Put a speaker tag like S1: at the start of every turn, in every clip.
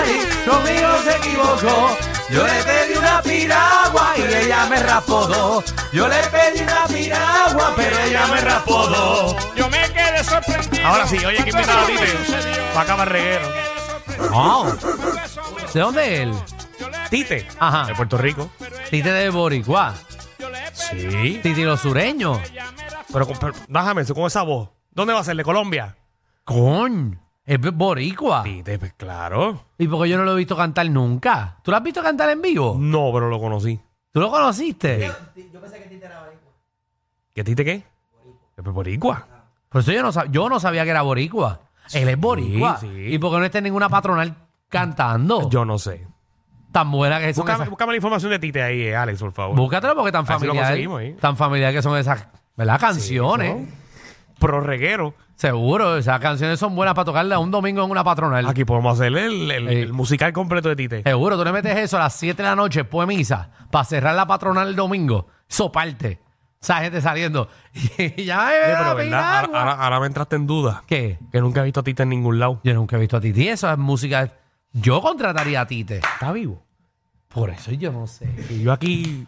S1: conmigo se equivocó. Yo le pedí una piragua y ella me rapó. Yo le pedí una piragua, pero ella me rapó.
S2: Yo me quedé sorprendido.
S3: Ahora sí, oye, ¿qué
S2: cuando
S3: invitado
S2: eso
S3: tiene?
S2: me sucedió.
S3: Va a acabar reguero.
S2: Me quedé sorprendido
S1: Wow.
S2: cuando eso me
S1: ¿De dónde él?
S2: Yo le
S3: Tite.
S1: Ajá.
S3: De Puerto Rico.
S1: Tite de Boricua.
S2: Yo le pedí
S3: Sí.
S1: Titi los sureños.
S3: Pero, con- pero bájame eso con esa voz. ¿Dónde va a ser? ¿De Colombia?
S1: Con. Es boricua.
S3: Tite, pues claro.
S1: ¿Y porque yo no lo he visto cantar nunca? ¿Tú lo has visto cantar en vivo?
S3: No, pero lo conocí.
S1: ¿Tú lo conociste?
S3: ¿Qué Tite qué? Es boricua.
S1: Por eso yo no, sab- yo no sabía que era boricua. Él es boricua.
S3: sí.
S1: ¿Y porque no está en ninguna patronal cantando?
S3: Yo no sé.
S1: Tan buena que
S3: Oh.
S1: son
S3: Búscame,
S1: esas.
S3: búscame la información de Tite ahí, eh, Alex, por favor.
S1: Búscatelo porque tan
S3: A ver si lo
S1: familiar,
S3: conseguimos ahí.
S1: tan familiar que son esas ¿verdad? canciones.
S3: Pro reguero.
S1: Seguro, esas canciones son buenas para tocarla un domingo en una patronal.
S3: Aquí podemos hacer el, el-
S1: Sí.
S3: el musical completo de Tite.
S1: Seguro, tú le metes eso a las 7 de la noche después de misa para cerrar la patronal el domingo. Eso parte. Esa gente saliendo. y ya me
S3: Oye, pero
S1: da
S3: verdad, ahora,
S1: piragua.
S3: ahora- ahora me entraste en duda.
S1: ¿Qué?
S3: Que nunca he visto a Tite en ningún lado.
S1: Yo nunca he visto a Titi. Eso es música. Yo contrataría a Tite.
S3: Está vivo.
S1: Por eso yo no sé.
S3: Y yo aquí.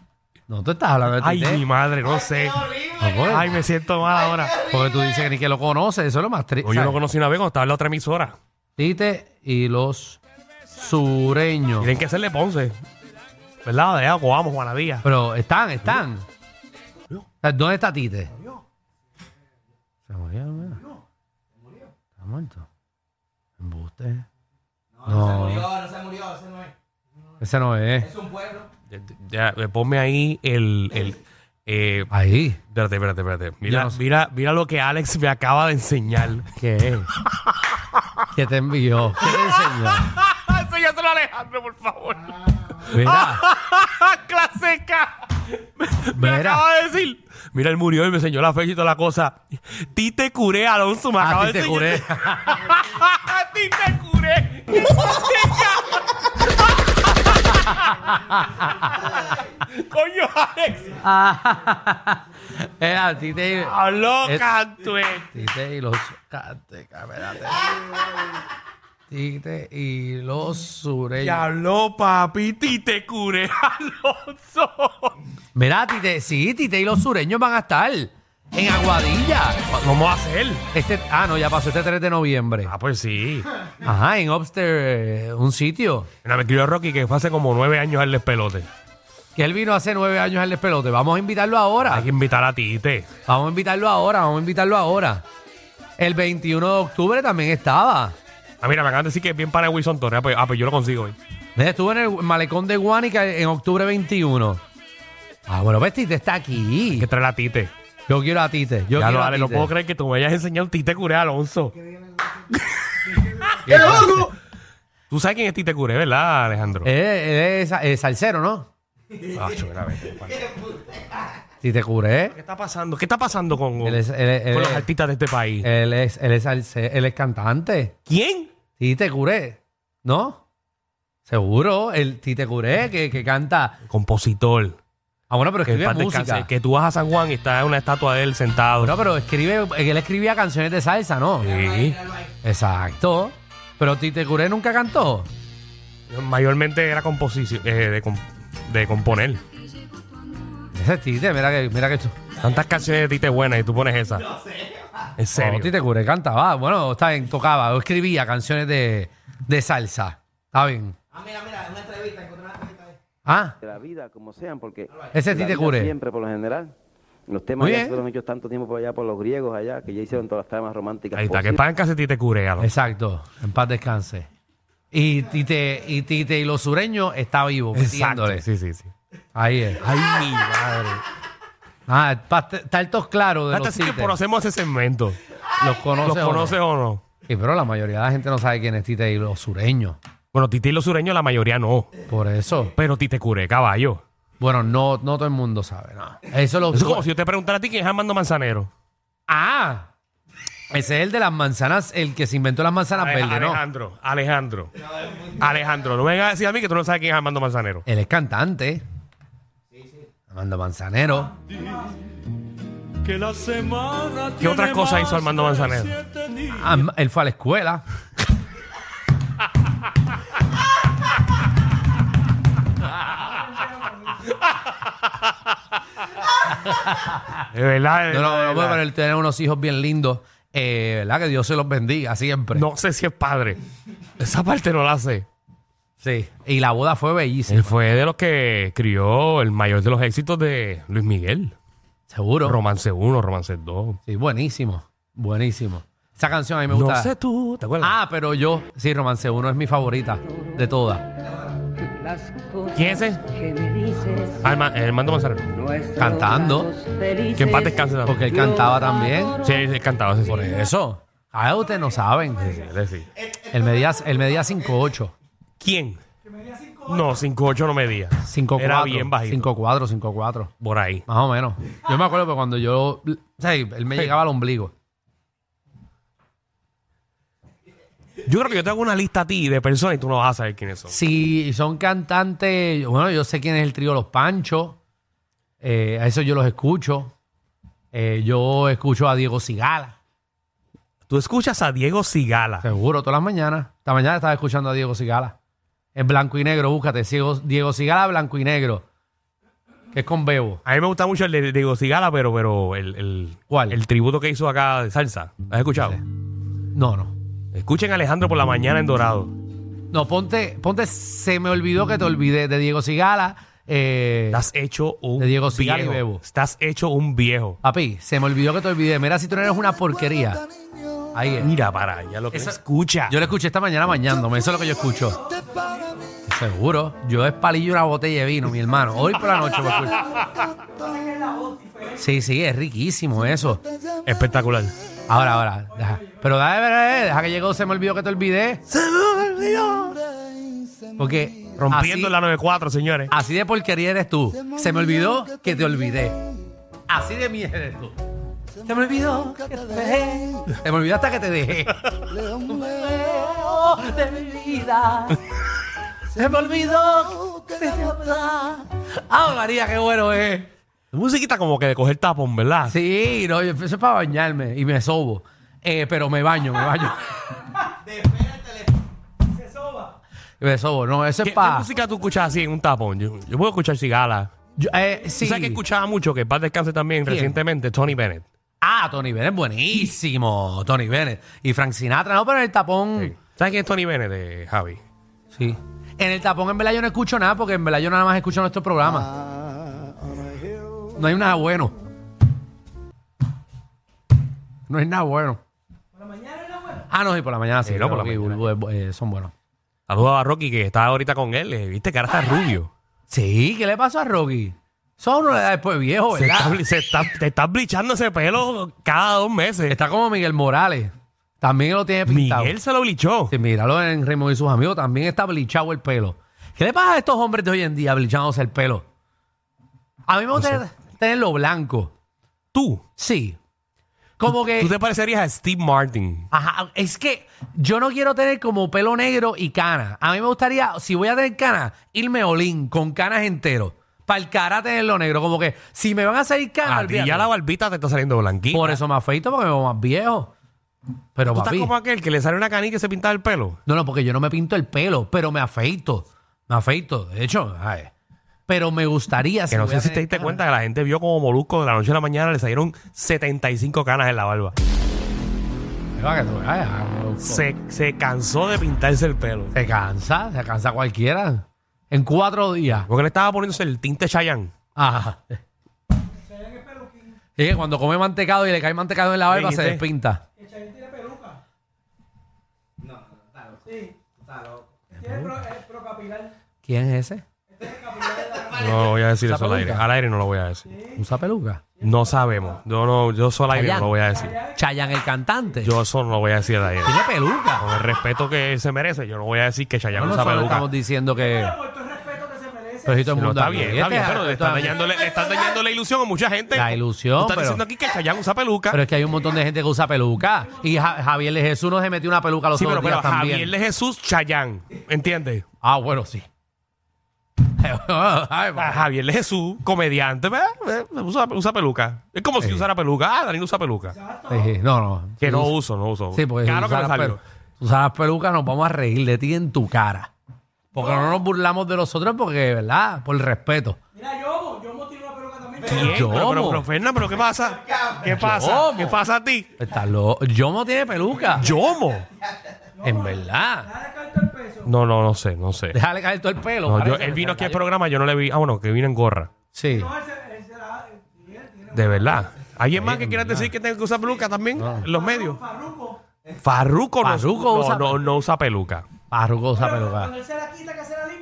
S1: No, tú estás hablando de
S3: Ay,
S1: Tite.
S3: mi madre, no sé.
S1: No, pues,
S3: Ay, me siento mal ahora.
S1: porque tú dices que ni que lo conoces. Eso es lo más triste.
S3: No, yo lo
S1: ¿sabes?
S3: conocí una vez cuando estaba en la otra emisora.
S1: Tite y los sureños.
S3: Tienen que hacerle Ponce. ¿Verdad? De agua, vamos, Juanadía.
S1: Pero están, están. ¿Dónde está Tite? Se murió. mira. Está muerto. Embuste. No, ese no es.
S3: Ya, ya, eh, ponme ahí el. el eh,
S1: Ahí.
S3: espérate, espérate, espérate.
S1: Yo
S3: Mira,
S1: no sé.
S3: mira, mira lo que Alex me acaba de enseñar.
S1: ¿Qué es? ¿Qué te envió? ¿Qué te enseñó?
S3: Enséñaselo Ah, a Alejandro, por favor.
S1: Mira,
S3: ¡Claseca! Me
S1: mira.
S3: acaba de decir. Mira, él murió y me enseñó la fecha y toda la cosa. Tite curé, Alonso, me acaba
S1: A
S3: de
S1: ti te
S3: enseñar.
S1: curé.
S3: Tite curé. Coño, Alex.
S1: Era Eh, a ti te...
S3: Habló,
S1: Es-
S3: canto, eh.
S1: Tite y los... Cállate, cámérate. Tite y los sureños.
S3: Diablo, papi, Tite cure Alonso.
S1: Mira, Tite, sí, Tite y los sureños van a estar en Aguadilla.
S3: ¿Cómo va a ser?
S1: Este, ah, no, ya pasó este 3 de noviembre.
S3: Ah, pues sí.
S1: Ajá, en Obster, eh, un sitio.
S3: Mira, me escribió Rocky que fue hace como nueve años al despelote.
S1: Que él vino hace nueve años al despelote. Vamos a invitarlo ahora.
S3: Hay que invitar a Tite.
S1: Vamos a invitarlo ahora, vamos a invitarlo ahora. El 21 de octubre también estaba.
S3: Ah, mira, me acaban de decir que es bien para Wilson Torres. Ah, pues, ah, pues yo lo consigo hoy.
S1: Mira, Estuvo en el malecón de Guánica en octubre 21. Ah, bueno, pues Tite está aquí.
S3: Hay que traer a Tite.
S1: Yo quiero a Tite. Yo
S3: ya
S1: quiero
S3: lo,
S1: a
S3: Ale, no
S1: Tite.
S3: puedo creer que tú me hayas enseñado Tite Cure Alonso.
S1: ¡Qué loco!
S3: Tú sabes quién es Tite Cure, ¿verdad, Alejandro?
S1: Eh, él es eh, salsero, ¿no?
S3: Ah, chula, a ver, ¿Qué
S1: Tite ¿eh? Curé.
S3: está pasando? ¿Qué está pasando con,
S1: Él es, eh, él, es-
S3: con
S1: él
S3: los
S1: es-
S3: artistas de este país?
S1: él es, él es salse- él es cantante.
S3: ¿Quién?
S1: Tite Curé, ¿no? Seguro, el Tite Curé que, que canta.
S3: Compositor.
S1: Ah, bueno, pero
S3: Que, en
S1: escribe
S3: paz descanse,
S1: música.
S3: que tú vas a San Juan y está una estatua de él sentado.
S1: No, pero escribe, él escribía canciones de salsa, ¿no?
S3: Sí.
S1: Exacto. Pero Tite Curé nunca cantó.
S3: Mayormente era composición, eh, de, comp- de componer.
S1: Ese es Tite, mira que, mira que esto.
S3: Tantas canciones de Tite buenas y tú pones esa. En serio.
S1: No, Tite Curé cantaba. Bueno, está bien, tocaba. o escribía canciones de, de salsa. Está bien.
S4: Ah, mira, mira, una entrevista, encontré una entrevista ahí.
S1: Ah,
S5: de la vida, como sean, porque
S1: Ese
S5: la
S1: Tite
S5: vida
S1: Cure.
S5: siempre por lo general. Los
S1: Muy
S5: temas ya
S1: bien.
S5: se fueron hechos tanto tiempo por allá por los griegos allá, que ya hicieron todas las tramas románticas.
S3: Ahí está, que
S5: posibles.
S3: pagan casi Tite Cure. Alonso.
S1: exacto. En paz descanse. Y Tite y, Tite y los sureños está vivo. metiéndole.
S3: Sí, sí, sí.
S1: Ahí es.
S3: Ay, mi madre.
S1: Ah, para estar todos claros de
S3: Hasta
S1: los
S3: así que
S1: Tite.
S3: conocemos ese segmento.
S1: Los conoce.
S3: ¿Los
S1: o no.
S3: conoces o no?
S1: Sí, pero la mayoría de la gente no sabe quién es Tite y los sureños.
S3: Bueno, Tite y los sureños la mayoría no.
S1: Por eso.
S3: Pero Tite Cure, caballo.
S1: Bueno, no, no todo el mundo sabe. No. Eso lo
S3: Eso es como si yo te preguntara a ti quién es Armando Manzanero.
S1: Ah. Ese es el de las manzanas, el que se inventó las manzanas
S3: Ale-
S1: verdes, Ah, ¿no?
S3: Eh, Alejandro, Alejandro. Alejandro, no me vengas a decir a mí que tú no sabes quién es Armando Manzanero.
S1: Él es cantante. Armando Manzanero.
S3: ¿Qué otras cosas hizo Armando Manzanero?
S1: Ah, él fue a la escuela.
S3: De verdad. de verdad,
S1: No, no,
S3: de
S1: no,
S3: verdad.
S1: pero él tiene unos hijos bien lindos. Eh, ¿Verdad? Que Dios se los bendiga siempre.
S3: No sé si es padre. Esa parte no la sé.
S1: Sí. Y la boda fue bellísima.
S3: Él fue de los que crió el mayor de los éxitos de Luis Miguel.
S1: Seguro.
S3: Romance 1, Romance 2.
S1: Sí, buenísimo. Buenísimo. Esa canción a mí me
S3: No
S1: gusta.
S3: sé tú, ¿te acuerdas?
S1: Ah, pero yo, sí, Romance 1 es mi favorita de todas.
S6: Las cosas
S3: ¿Quién es ese?
S6: que me dices,
S3: Alma- Armando Manzanero.
S6: nuestros
S1: Cantando.
S6: labios felices,
S3: Que en paz descanse también.
S1: Porque él cantaba también.
S3: Sí, él cantaba ese sí.
S1: Por eso. Ah, ustedes no saben.
S3: Sí, él sí.
S1: Él medía, él medía 5'8.
S3: ¿Quién? No, 5'8 no medía.
S1: 5'4.
S3: Era bien bajito.
S1: 5'4, 5'4.
S3: Por ahí.
S1: Más o menos. Yo me acuerdo que cuando yo. O sea, él me llegaba al ombligo.
S3: Yo creo que yo te hago una lista a ti de personas y tú no vas a saber quiénes son.
S1: Si son cantantes. Bueno, yo sé quién es el trío Los Panchos. Eh, a eso yo los escucho. Eh, yo escucho a Diego Sigala.
S3: Tú escuchas a Diego Sigala.
S1: Seguro, todas las mañanas. Esta mañana estaba escuchando a Diego Sigala. En blanco y negro, búscate. Ciego- Diego Sigala, blanco y negro. Que es con Bebo.
S3: A mí me gusta mucho el de Diego Sigala, pero, pero el, el,
S1: ¿Cuál?
S3: el tributo que hizo acá de salsa. ¿Has escuchado?
S1: No, no.
S3: Escuchen a Alejandro por la mañana en Dorado.
S1: No, ponte, ponte, se me olvidó que te olvidé de Diego Sigala. Eh,
S3: Estás hecho un
S1: De Diego Sigala y
S3: viejo.
S1: Bebo.
S3: Estás hecho un viejo.
S1: papi, se me olvidó que te olvidé. Mira, si tú no eres una porquería. Ahí es.
S3: Mira para allá lo que
S1: Eso-
S3: escucha.
S1: Yo lo escuché esta mañana bañándome, eso es lo que yo escucho. Seguro. Yo espalillo una botella de vino, mi hermano. Hoy por la noche. lo escucho. Sí, sí, es riquísimo eso.
S3: Espectacular.
S1: Ahora, ahora. deja. Pero deja, deja, deja que llegó, se me olvidó que te olvidé. Se me olvidó. Porque
S3: Rompiendo
S1: así-
S3: la 94, señores.
S1: Así de porquería eres tú. Se me olvidó que te olvidé. Así de mierda eres tú. Se me olvidó que te dejé. Se me olvidó hasta que te dejé. de mi vida. Se me olvidó que te hablaba. Ah, María, qué bueno es.
S3: Musiquita como que de coger tapón, ¿verdad?
S1: Sí, no, yo empiezo para bañarme y me sobo. Eh, pero me baño, me baño. Eso, no, eso
S3: ¿Qué,
S1: es
S3: qué
S1: para.
S3: música tú escuchas así en un tapón? Yo, yo puedo escuchar Cigala.
S1: eh, sí.
S3: ¿Tú sabes que escuchaba mucho, que para descanse también
S1: ¿Quién?
S3: recientemente, Tony Bennett?
S1: Ah, Tony Bennett, buenísimo. Tony Bennett. Y Frank Sinatra, no, pero en el tapón.
S3: ¿Sabes quién es Tony Bennett, eh, Javi?
S1: Sí. En el tapón, en verdad, yo no escucho nada porque en verdad yo nada más escucho nuestro programa. No hay nada bueno. No hay nada bueno. ¿Por la mañana no es bueno? Ah, no, sí, por la mañana sí.
S3: Sí, no, por la
S1: claro,
S3: mañana.
S1: y Bulbo es bu- eh, son buenos.
S3: Saludos a Rocky, que está ahorita con él. eh, ¿Viste que ahora está
S1: Ah,
S3: rubio?
S1: Sí, ¿qué le pasó a Rocky? Son uno le da después viejo,
S3: Se está,
S1: ¿verdad?
S3: bli- se está- te estás blichando ese pelo cada dos meses.
S1: Está como Miguel Morales. También lo tiene pintado.
S3: Miguel se lo blichó.
S1: Sí, míralo en Raymond y sus amigos. También está blichado el pelo. ¿Qué le pasa a estos hombres de hoy en día blichándose el pelo? A mí me gusta tener- tenerlo blanco.
S3: Tú,
S1: Sí. Como que.
S3: tú te parecerías a Steve Martin.
S1: Ajá, es que yo no quiero tener como pelo negro y cana. A mí me gustaría, si voy a tener canas, irme olín con canas enteros. Para el cara tenerlo negro. Como que si me van a salir canas,
S3: A ti Ah, ya
S1: olvídate.
S3: la barbita te está saliendo blanquita.
S1: por eso me afeito porque me veo más viejo. Pero
S3: Tú estás
S1: papi,
S3: como aquel que le sale una canica y se pinta el pelo.
S1: No, no, porque yo no me pinto el pelo, pero me afeito. Me afeito, de hecho. ay. Pero me gustaría...
S3: Que no
S1: voy
S3: sé
S1: a ah.
S3: si te
S1: tener
S3: diste
S1: cara.
S3: cuenta que la gente vio como Molusco de la noche a la mañana le salieron 75 canas en la barba.
S1: Ahí va, que tú veas, ah, loco.
S3: Se, se cansó de pintarse el pelo.
S1: Se cansa, se cansa cualquiera. En cuatro días.
S3: Porque le estaba poniéndose el tinte Chayanne.
S1: Ajá. Es que cuando come mantecado y le cae mantecado en la barba, se
S3: Dijiste.
S1: despinta. ¿Quién es ese?
S3: No voy a decir
S1: ¿Esa
S3: eso al aire.
S1: peluca?
S3: Al aire no lo voy a decir.
S1: ¿Usa peluca?
S3: No sabemos. Yo no, yo solo al aire no
S1: Chayanne.
S3: lo voy a decir.
S1: Chayan el cantante.
S3: Yo eso no lo voy a decir al aire.
S1: Tiene peluca.
S3: Con el respeto que se merece, yo no voy a decir que
S1: No,
S3: Chayanne
S1: no,
S3: usa
S1: solo
S3: peluca.
S1: estamos diciendo que. Pero si todo el
S3: No,
S1: mundo
S3: está
S1: aquí,
S3: bien,
S1: este,
S3: está bien, pero
S1: esto
S3: le están
S1: aquí-
S3: dañando, le están dañando la ilusión a mucha gente.
S1: La ilusión,
S3: Tú Estás
S1: pero-
S3: diciendo aquí que Chayanne usa peluca.
S1: Pero es que hay un montón de gente que usa peluca. Y Ja- Javier de Jesús no se metió una peluca a los
S3: sí, pero,
S1: otros
S3: pero
S1: días también.
S3: Javier de Jesús Chayanne, ¿entiendes?
S1: Ah, bueno, sí. Ay,
S3: Ah,
S1: papá.
S3: Javier de Jesús, comediante, ¿verdad? Eh, usa, usa peluca. Es como si usara peluca. Ah, Danilo usa peluca.
S1: Sí, no, no.
S3: Que no uso, no uso.
S1: Sí, porque
S3: claro
S1: si
S3: que me
S1: usas las
S3: salió.
S1: pelu- si usas las pelucas, nos vamos a reír de ti en tu cara. Porque no nos burlamos de los otros, porque, ¿verdad? Por el respeto.
S3: Bien,
S1: Yo
S3: pero, pero,
S1: amo.
S3: pero, Fernan, pero ¿qué pasa? ¿Qué pasa?
S1: amo.
S3: ¿Qué pasa a ti?
S1: Está lo... Yomo tiene peluca.
S3: ¿Yomo?
S1: En verdad.
S3: No, no, no sé, no sé.
S1: Déjale caer todo el pelo.
S3: No, yo-
S1: parece que
S3: él
S1: se
S3: vino
S1: le
S3: aquí al
S1: cayó.
S3: programa, yo no le vi. Ah, bueno, que vino en gorra.
S1: Sí.
S3: De verdad. ¿Alguien más que quiera decir que tenga que usar peluca también? En los medios. Farruco. no-
S1: Farruco
S3: no,
S1: usa-
S3: no, no usa peluca.
S1: Parruco usa peluca.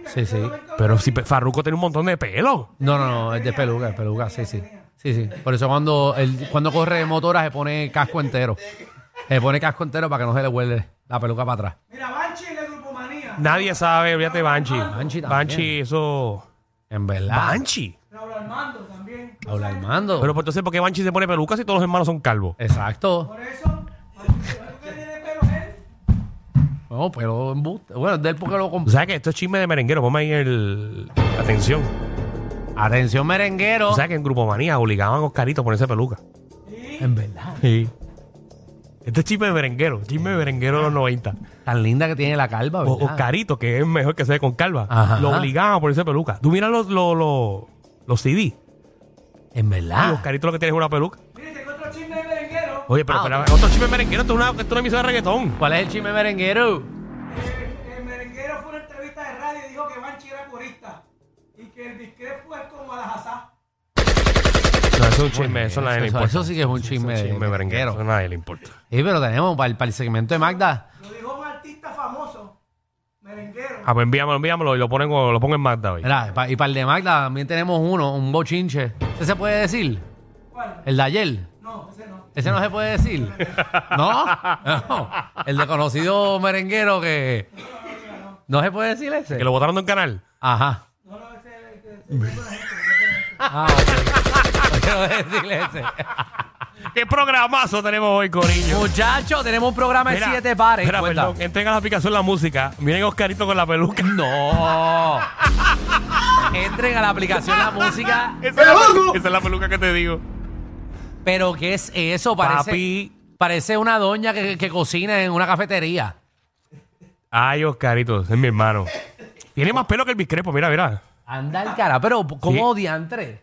S1: Sí, sí.
S3: Pero si pe- Farruco tiene un montón de pelo.
S1: No, no, no, es de peluca, es peluca, sí, sí. Sí, sí. Por eso cuando, él, cuando corre de motora se pone casco entero. Se pone casco entero para que no se le huele la peluca para atrás.
S3: Nadie sabe, olvídate Banshee.
S1: Ah, Banshee también. Ah.
S3: Banshee, eso.
S1: En verdad.
S3: Banshee.
S1: Habla Armando.
S3: Pero pues, entonces, ¿por qué Banshee se pone peluca si todos los hermanos son calvos?
S1: Exacto. No, pero embuste. Bueno, es de él porque lo
S3: Tú
S1: compró.
S3: sabes que esto es chisme de merenguero. Ponme ahí el. Atención.
S1: Atención, merenguero.
S3: Tú sabes que en Grupo Manía obligaban a Oscarito a ponerse peluca.
S1: En verdad.
S3: Sí. Este es chisme de merenguero. Chisme de merenguero de los 90.
S1: Tan linda que tiene la calva,
S3: O,
S1: ¿verdad?
S3: Oscarito, que es mejor que se ve con calva,
S1: Ajá.
S3: lo obligaban a ponerse peluca. Tú miras los, los, los, los CD.
S1: En
S3: Ah.
S1: verdad.
S3: Oscarito lo que tiene es una peluca. Oye, pero,
S1: Ah,
S3: pero,
S1: ok.
S3: otro chisme merenguero, esto es una, esto es una emisora de reggaetón.
S1: ¿Cuál es el chisme merenguero?
S7: El merenguero fue a una entrevista de radio y dijo que Banchi era corista y que el discrepo es como Alajazá.
S3: No, eso es un chisme, eso a nadie le
S1: Eso,
S3: importa.
S1: eso sí que es un chisme, de
S3: chisme merenguero, eso a
S1: merenguero.
S3: nadie le importa.
S1: Sí, pero tenemos para el, para el segmento de Magda.
S7: Lo dijo un artista famoso, merenguero.
S3: Ah, pues envíamelo, envíamelo y lo, ponen, lo pongo en Magda hoy.
S1: Mira, pa- y para el de Magda también tenemos uno, un bochinche. ¿Ese se puede decir?
S7: ¿Cuál?
S1: ¿El de ayer?
S7: No, ese no.
S1: ¿Ese no se puede decir? ¿No? no. El de conocido merenguero que... ¿No se puede decir ese?
S3: Que lo votaron de un canal.
S1: Ajá.
S7: No, no, ese, ese- ese-
S1: Ah, ok. No quiero decir ese.
S3: ¿Qué programazo tenemos hoy, Corillo?
S1: Muchachos, tenemos un programa de
S3: Mira,
S1: siete pares.
S3: Mira,
S1: Cuenta.
S3: perdón, entrega la aplicación la música. Miren a Oscarito con la peluca.
S1: No. Oh. Entren a la aplicación La Música.
S3: Esa es la, esa es la peluca que te digo.
S1: Pero ¿qué es eso? Parece,
S3: Papi.
S1: parece una doña que, que cocina en una cafetería.
S3: Ay, Oscarito, ese es mi hermano. Tiene más pelo que el biscrepo, mira, mira.
S1: Anda el cara, pero como diantre?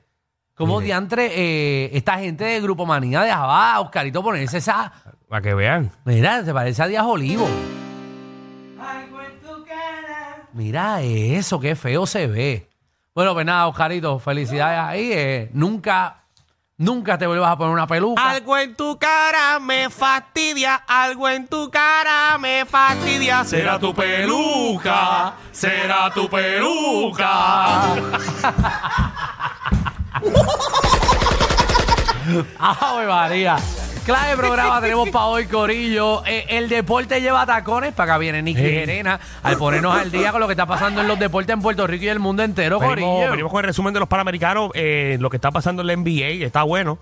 S1: como diantre eh, esta gente de Grupo Manía dejaba a Oscarito ponerse esa...
S3: Para que vean.
S1: Mira, se parece a Díaz Olivo.
S7: Algo en tu cara.
S1: Mira eso, qué feo se ve. Bueno, pues nada, Oscarito, felicidades ahí. eh. Nunca, nunca te vuelvas a poner una peluca.
S3: Algo en tu cara me fastidia, algo en tu cara me fastidia. Será tu peluca, será tu peluca.
S1: ¡Ay, Ah, María! Clave programa tenemos para hoy, Corillo. Eh, el deporte lleva tacones. Para acá viene Nicky
S3: Sí.
S1: Gerena al ponernos al día con lo que está pasando en los deportes en Puerto Rico y el mundo entero,
S3: Venimos,
S1: Corillo.
S3: venimos con el resumen de los Panamericanos, eh, lo que está pasando en la NBA, está bueno.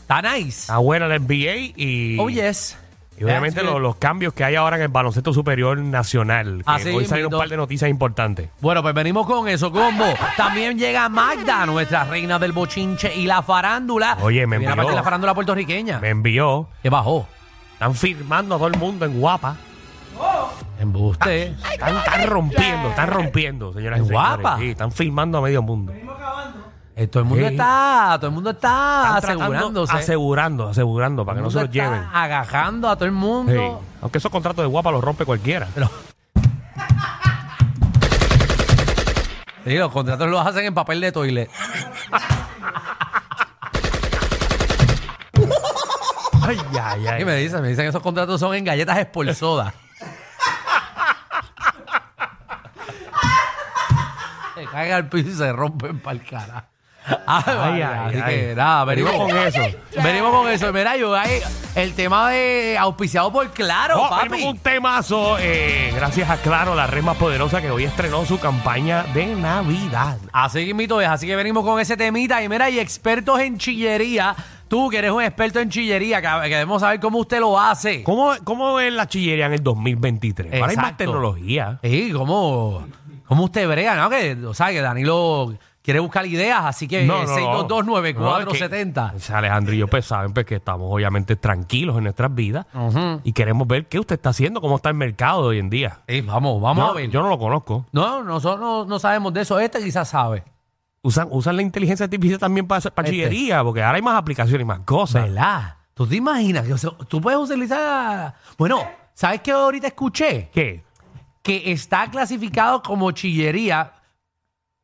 S1: Está nice.
S3: Está buena la NBA y,
S1: Oh, yes.
S3: Ah, y obviamente
S1: That's
S3: lo-
S1: good.
S3: los cambios que hay ahora en el baloncesto superior nacional. que
S1: Así
S3: hoy salieron
S1: mismo.
S3: un par de noticias importantes.
S1: Bueno, pues venimos con eso, combo. También llega Magda, nuestra reina del bochinche y la farándula.
S3: Oye, me
S1: Viene la parte
S3: envió.
S1: de la farándula puertorriqueña.
S3: Me envió,
S1: Que bajó.
S3: están firmando a todo el mundo en guapa.
S1: Embuste.
S3: Están, están rompiendo, están rompiendo, señoras y
S1: Es
S3: señores.
S1: guapa.
S3: Sí, están filmando a medio mundo.
S7: Venimos acabando.
S1: Eh, todo el mundo
S3: Sí.
S1: está, todo el mundo está
S3: Están tratando-
S1: Ah, asegurándose.
S3: Asegurando, asegurando, para que no se
S1: Todo
S3: los
S1: el mundo
S3: lleven.
S1: está Agajando a todo el mundo.
S3: Sí. Aunque esos contratos de guapa los rompe cualquiera.
S1: Pero- Sí, los contratos los hacen en papel de toilet.
S3: Ay, ay,
S1: Y me dicen, me dicen, esos contratos son en galletas espolsodas. se caen al piso y se rompen para el cara. Ay, María,
S3: ay,
S1: así
S3: ay.
S1: que nada, venimos
S3: Venimos
S1: con
S3: con
S1: eso. Venimos con eso. Mira, yo ahí, el tema de auspiciado por Claro,
S3: Oh, venimos con
S1: papi.
S3: un temazo. eh, gracias a Claro, la red más poderosa que hoy estrenó su campaña de Navidad.
S1: Así que mito es, así que venimos con ese temita. Y mira, y expertos en chillería. Tú que eres un experto en chillería, que queremos saber cómo usted lo hace.
S3: ¿Cómo, cómo es la chillería en el 2023? Ahora hay más
S1: Exacto.
S3: tecnología.
S1: Sí, ¿cómo, cómo usted brega? ¿no? Que, o sea, que Danilo quiere buscar ideas, así que
S3: No,
S1: eh,
S3: no, no.
S1: 6229470.
S3: No, es que, Alejandro y yo pues saben pues, que estamos obviamente tranquilos en nuestras vidas y queremos ver qué usted está haciendo, cómo está el mercado hoy en día.
S1: Sí, vamos, vamos
S3: No,
S1: a ver.
S3: Yo no lo conozco.
S1: No, nosotros no, no sabemos de eso. Este quizás sabe.
S3: Usan, usan la inteligencia artificial también para, hacer- para
S1: Este.
S3: chillería, porque ahora hay más aplicaciones y más cosas.
S1: ¿Verdad? ¿Tú te imaginas? que, o sea, Tú puedes utilizar... Bueno, ¿sabes qué ahorita escuché?
S3: ¿Qué?
S1: que está clasificado como chillería.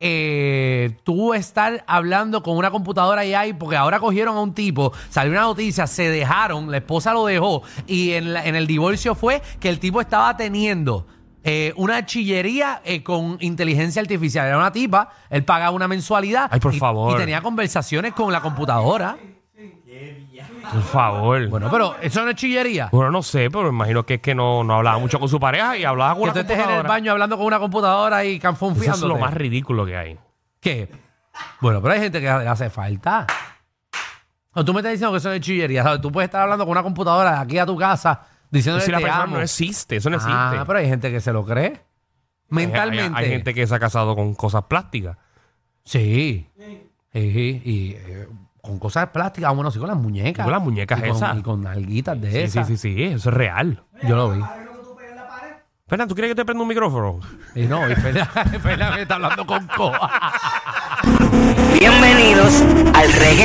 S1: eh, tú estar hablando con una computadora y ahí, porque ahora cogieron a un tipo, salió una noticia, se dejaron, la esposa lo dejó, y en, la- en el divorcio fue que el tipo estaba teniendo eh, una chillería eh, con inteligencia artificial. Era una tipa, él pagaba una mensualidad.
S3: Ay, por
S1: y-
S3: favor.
S1: Y tenía conversaciones con la computadora.
S3: Por favor. Bueno,
S1: Bueno, pues, pero eso no es chillería.
S3: no sé, pero me imagino que es que no, no hablaba mucho con su pareja y hablaba con
S1: Que
S3: una
S1: tú estés en el
S3: computadora.
S1: baño hablando con una computadora y
S3: Eso es
S1: canfonfiándote.
S3: lo más ridículo que hay.
S1: ¿Qué? Bueno, pero hay gente que le hace falta. O tú me estás diciendo que eso es chillería, ¿sabes? Tú puedes estar hablando con una computadora de aquí a tu casa diciendo
S3: si la
S1: te
S3: persona
S1: amo.
S3: no existe, eso no existe.
S1: ah, pero hay gente que se lo cree.
S3: Hay- hay-
S1: Mentalmente.
S3: Hay, gente que se ha casado con cosas plásticas.
S1: Sí. Sí, y eh, con cosas plásticas, bueno, sí, con las muñecas.
S3: Con las muñecas
S1: y con,
S3: esas.
S1: Y con nalguitas de
S3: Sí, sí,
S1: esas.
S3: sí, sí, eso es real.
S1: Yo lo vi.
S3: Fernando, ¿tú quieres que te prenda un micrófono?
S1: Y no, y Fernanda me está hablando con coa.
S4: Bienvenidos al reggae.